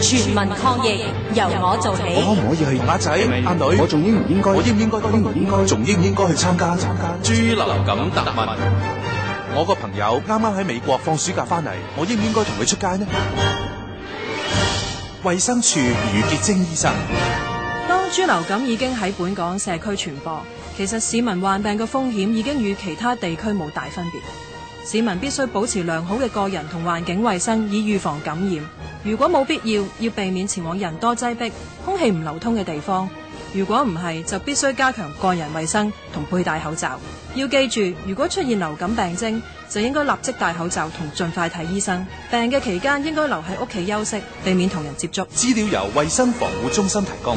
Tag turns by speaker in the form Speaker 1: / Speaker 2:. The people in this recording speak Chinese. Speaker 1: 全民抗疫，由我做起。
Speaker 2: 我可唔可以去？
Speaker 3: 阿仔、阿女，
Speaker 2: 我仲應唔應該？
Speaker 3: 我應唔應該？
Speaker 2: 應唔應該？
Speaker 3: 仲應唔應該去參加？參加豬流感特問。我個朋友啱啱喺美國放暑假翻嚟，我應唔應該同佢出街呢？衛生署余潔晶醫生，
Speaker 4: 當豬流感已經喺本港社區傳播，其實市民患病嘅風險已經與其他地區冇大分別。市民必須保持良好嘅個人同環境衛生，以預防感染。如果冇必要，要避免前往人多擠迫、空氣唔流通嘅地方。如果唔係，就必須加強個人衛生同佩戴口罩。要記住，如果出現流感病徵，就應該立即戴口罩同盡快睇醫生。病嘅期間應該留喺屋企休息，避免同人接觸。
Speaker 3: 資料由衛生防護中心提供。